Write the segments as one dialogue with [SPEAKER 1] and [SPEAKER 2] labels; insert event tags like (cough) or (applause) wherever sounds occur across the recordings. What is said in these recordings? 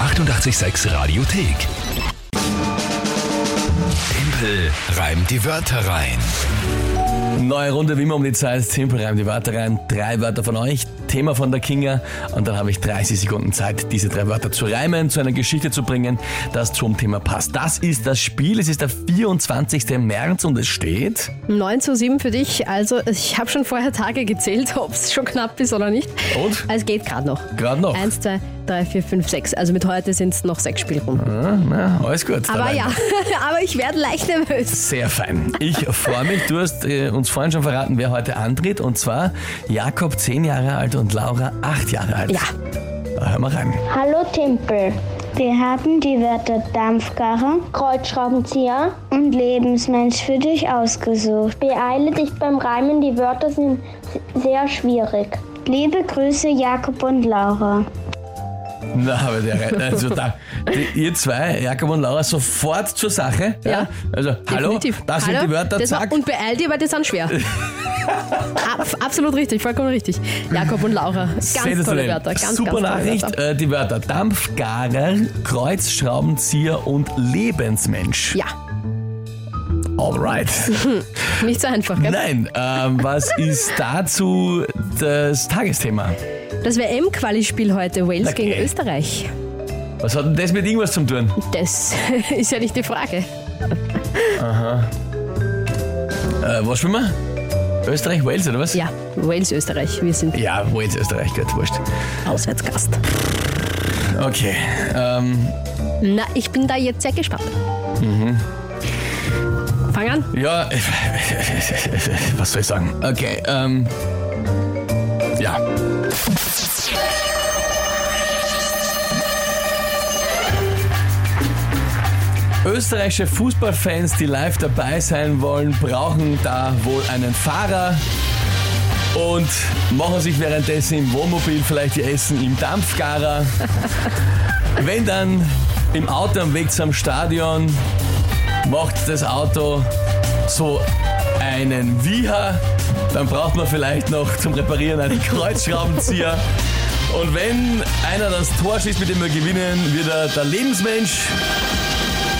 [SPEAKER 1] 886 Radiothek. Tempel reimt die Wörter rein.
[SPEAKER 2] Neue Runde, wie immer um die Zeit. Tempel reimt die Wörter rein. Drei Wörter von euch, Thema von der Kinga. Und dann habe ich 30 Sekunden Zeit, diese drei Wörter zu reimen, zu einer Geschichte zu bringen, das zum Thema passt. Das ist das Spiel. Es ist der 24. März und es steht...
[SPEAKER 3] 9 zu 7 für dich. Also ich habe schon vorher Tage gezählt, (laughs) ob es schon knapp ist oder nicht.
[SPEAKER 2] Und?
[SPEAKER 3] Es geht gerade noch.
[SPEAKER 2] Gerade noch.
[SPEAKER 3] 1, 2, 3, 4, 5, 6. Also mit heute sind es noch sechs Spielrunden.
[SPEAKER 2] Ja, Ah, na, alles gut.
[SPEAKER 3] Aber
[SPEAKER 2] dabei.
[SPEAKER 3] ja, (laughs) aber ich werde leicht nervös.
[SPEAKER 2] Sehr fein. Ich freue mich. Du hast äh, uns vorhin schon verraten, wer heute antritt. Und zwar Jakob, 10 Jahre alt, und Laura, 8 Jahre alt.
[SPEAKER 3] Ja.
[SPEAKER 2] Da hören wir rein.
[SPEAKER 4] Hallo Timpel. Wir haben die Wörter Dampfkarre, Kreuzschraubenzieher und Lebensmensch für dich ausgesucht. Beeile dich beim Reimen, die Wörter sind sehr schwierig. Liebe Grüße, Jakob und Laura.
[SPEAKER 2] Na, aber der, also da, die, ihr zwei, Jakob und Laura, sofort zur Sache.
[SPEAKER 3] Ja.
[SPEAKER 2] Also, hallo,
[SPEAKER 3] Definitiv.
[SPEAKER 2] das
[SPEAKER 3] Hallo?
[SPEAKER 2] sind die Wörter,
[SPEAKER 3] Das war-
[SPEAKER 2] zack.
[SPEAKER 3] Und beeil dich, weil die sind
[SPEAKER 2] (laughs)
[SPEAKER 3] schwer. Ab, absolut richtig, vollkommen richtig. Jakob und Laura, ganz tolle
[SPEAKER 2] Sensationell.
[SPEAKER 3] Wörter. Ganz,
[SPEAKER 2] Super
[SPEAKER 3] ganz tolle
[SPEAKER 2] Nachricht.
[SPEAKER 3] Wörter.
[SPEAKER 2] Äh, die Wörter Dampfgarer, Kreuzschraubenzieher und Lebensmensch.
[SPEAKER 3] Ja, (laughs)
[SPEAKER 2] Alright.
[SPEAKER 3] nicht so einfach, gell?
[SPEAKER 2] Nein, ähm, was ist dazu das Tagesthema?
[SPEAKER 3] Das WM-Quali-Spiel heute, Wales
[SPEAKER 2] Okay.
[SPEAKER 3] gegen Österreich.
[SPEAKER 2] Was hat denn das mit irgendwas zu tun?
[SPEAKER 3] Das (laughs) ist ja nicht die Frage.
[SPEAKER 2] Äh, was spielen wir? Österreich, Wales oder was?
[SPEAKER 3] Ja, Wales, Österreich. Wir sind
[SPEAKER 2] Ja, Wales, Österreich, gut, wurscht.
[SPEAKER 3] Auswärtsgast.
[SPEAKER 2] Okay, ähm,
[SPEAKER 3] Na, ich bin da jetzt sehr gespannt. Mhm. Fang an.
[SPEAKER 2] ja, (laughs) was soll ich sagen? Okay, ähm, ja. Österreichische Fußballfans, die live dabei sein wollen, brauchen da wohl einen Fahrer und machen sich währenddessen im Wohnmobil vielleicht ihr Essen im (laughs) Dampfgarer. Wenn dann im Auto am Weg zum Stadion macht das Auto so einen Wieher, dann braucht man vielleicht noch zum Reparieren einen Kreuzschraubenzieher. Und wenn einer das Tor schießt, mit dem wir gewinnen, wird er der Lebensmensch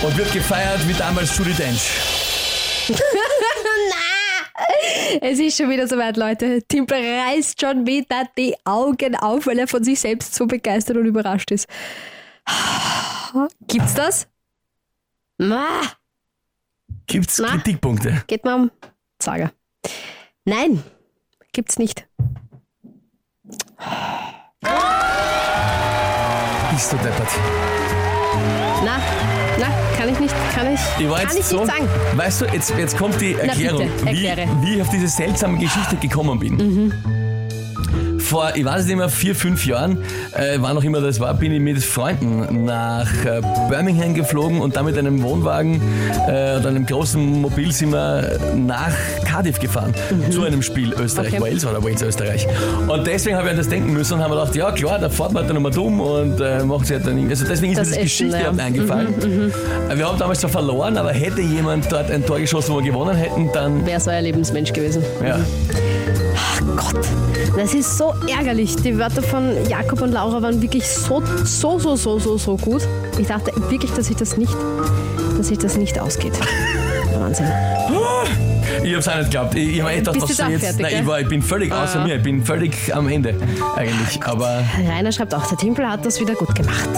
[SPEAKER 2] und wird gefeiert wie damals Judy Dench.
[SPEAKER 3] Es ist schon wieder soweit, Leute. Timpel reißt schon wieder die Augen auf, weil er von sich selbst so begeistert und überrascht ist. Gibt's das? Ma,
[SPEAKER 2] Gibt's
[SPEAKER 3] Na?
[SPEAKER 2] Kritikpunkte?
[SPEAKER 3] geht mal am Zager. Nein, gibt's nicht.
[SPEAKER 2] Bist du deppert?
[SPEAKER 3] Na, na, kann ich nicht, kann ich,
[SPEAKER 2] Ich war
[SPEAKER 3] kann
[SPEAKER 2] jetzt
[SPEAKER 3] ich
[SPEAKER 2] so,
[SPEAKER 3] nicht sagen.
[SPEAKER 2] Weißt du, jetzt, jetzt kommt die Erklärung,
[SPEAKER 3] bitte, erkläre.
[SPEAKER 2] wie, wie ich auf diese seltsame Geschichte gekommen bin. Vor, ich weiß nicht mehr, vier, fünf Jahren, äh, wann auch immer das war, bin ich mit Freunden nach äh, Birmingham geflogen und dann mit einem Wohnwagen äh, und einem großen Mobil sind wir nach Cardiff gefahren.
[SPEAKER 3] Mhm.
[SPEAKER 2] Zu einem Spiel Österreich-Wales oder Wales-Österreich. Und deswegen habe ich an das denken müssen und haben mir gedacht, ja klar, da fährt man halt dann nochmal dumm und äh, macht sich halt dann irgendwie. Also deswegen ist
[SPEAKER 3] Das
[SPEAKER 2] mir diese
[SPEAKER 3] Essen,
[SPEAKER 2] Geschichte
[SPEAKER 3] ja.
[SPEAKER 2] überhaupt eingefallen.
[SPEAKER 3] Mhm,
[SPEAKER 2] Wir haben damals zwar verloren, aber hätte jemand dort ein Tor geschossen, wo wir gewonnen hätten, dann.
[SPEAKER 3] Wer ist euer Lebensmensch gewesen?
[SPEAKER 2] Ja.
[SPEAKER 3] Gott, das ist so ärgerlich. Die Wörter von Jakob und Laura waren wirklich so, so, so, so, so, so gut. Ich dachte wirklich, dass ich das nicht, dass ich das nicht ausgeht. Wahnsinn.
[SPEAKER 2] Ich hab's auch nicht geglaubt. Ich, ich hab echt gedacht,
[SPEAKER 3] Bist
[SPEAKER 2] was
[SPEAKER 3] du
[SPEAKER 2] soll
[SPEAKER 3] da
[SPEAKER 2] jetzt.
[SPEAKER 3] fertig,
[SPEAKER 2] Nein, ich,
[SPEAKER 3] gell? Ah.
[SPEAKER 2] war, ich bin völlig außer mir. Ich bin völlig am Ende eigentlich. Aber
[SPEAKER 3] Rainer schreibt auch, der Timpel hat das wieder gut gemacht.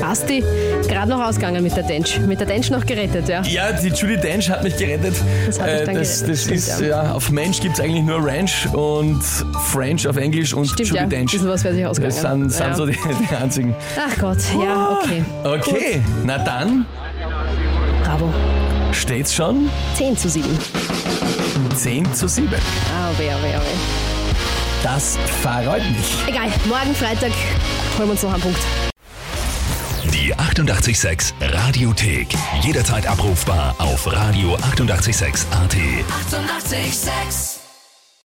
[SPEAKER 3] Basti, gerade noch ausgegangen mit der Densch. Mit der Densch noch gerettet, ja.
[SPEAKER 2] ja, die Judy Dench hat mich gerettet. Äh,
[SPEAKER 3] Das hat mich dann
[SPEAKER 2] das,
[SPEAKER 3] gerettet,
[SPEAKER 2] das
[SPEAKER 3] stimmt,
[SPEAKER 2] ist ja auf Mensch gibt's eigentlich nur Ranch und French auf Englisch und
[SPEAKER 3] Stimmt,
[SPEAKER 2] Judy
[SPEAKER 3] ja.
[SPEAKER 2] Dench.
[SPEAKER 3] Bisschen was wäre sich ausgegangen.
[SPEAKER 2] Das sind, sind
[SPEAKER 3] Ja.
[SPEAKER 2] so die, die einzigen.
[SPEAKER 3] Ach Gott, ja,
[SPEAKER 2] Ah.
[SPEAKER 3] okay.
[SPEAKER 2] Okay, na dann
[SPEAKER 3] Bravo.
[SPEAKER 2] steht's schon
[SPEAKER 3] 10 zu 7.
[SPEAKER 2] 10 zu 7.
[SPEAKER 3] Ah, weh, weh, weh.
[SPEAKER 2] Das verreut mich.
[SPEAKER 3] Egal, morgen Freitag holen wir uns noch einen Punkt.
[SPEAKER 1] Die 886 Radiothek. Jederzeit abrufbar auf radio886.at. 886!
[SPEAKER 5] 886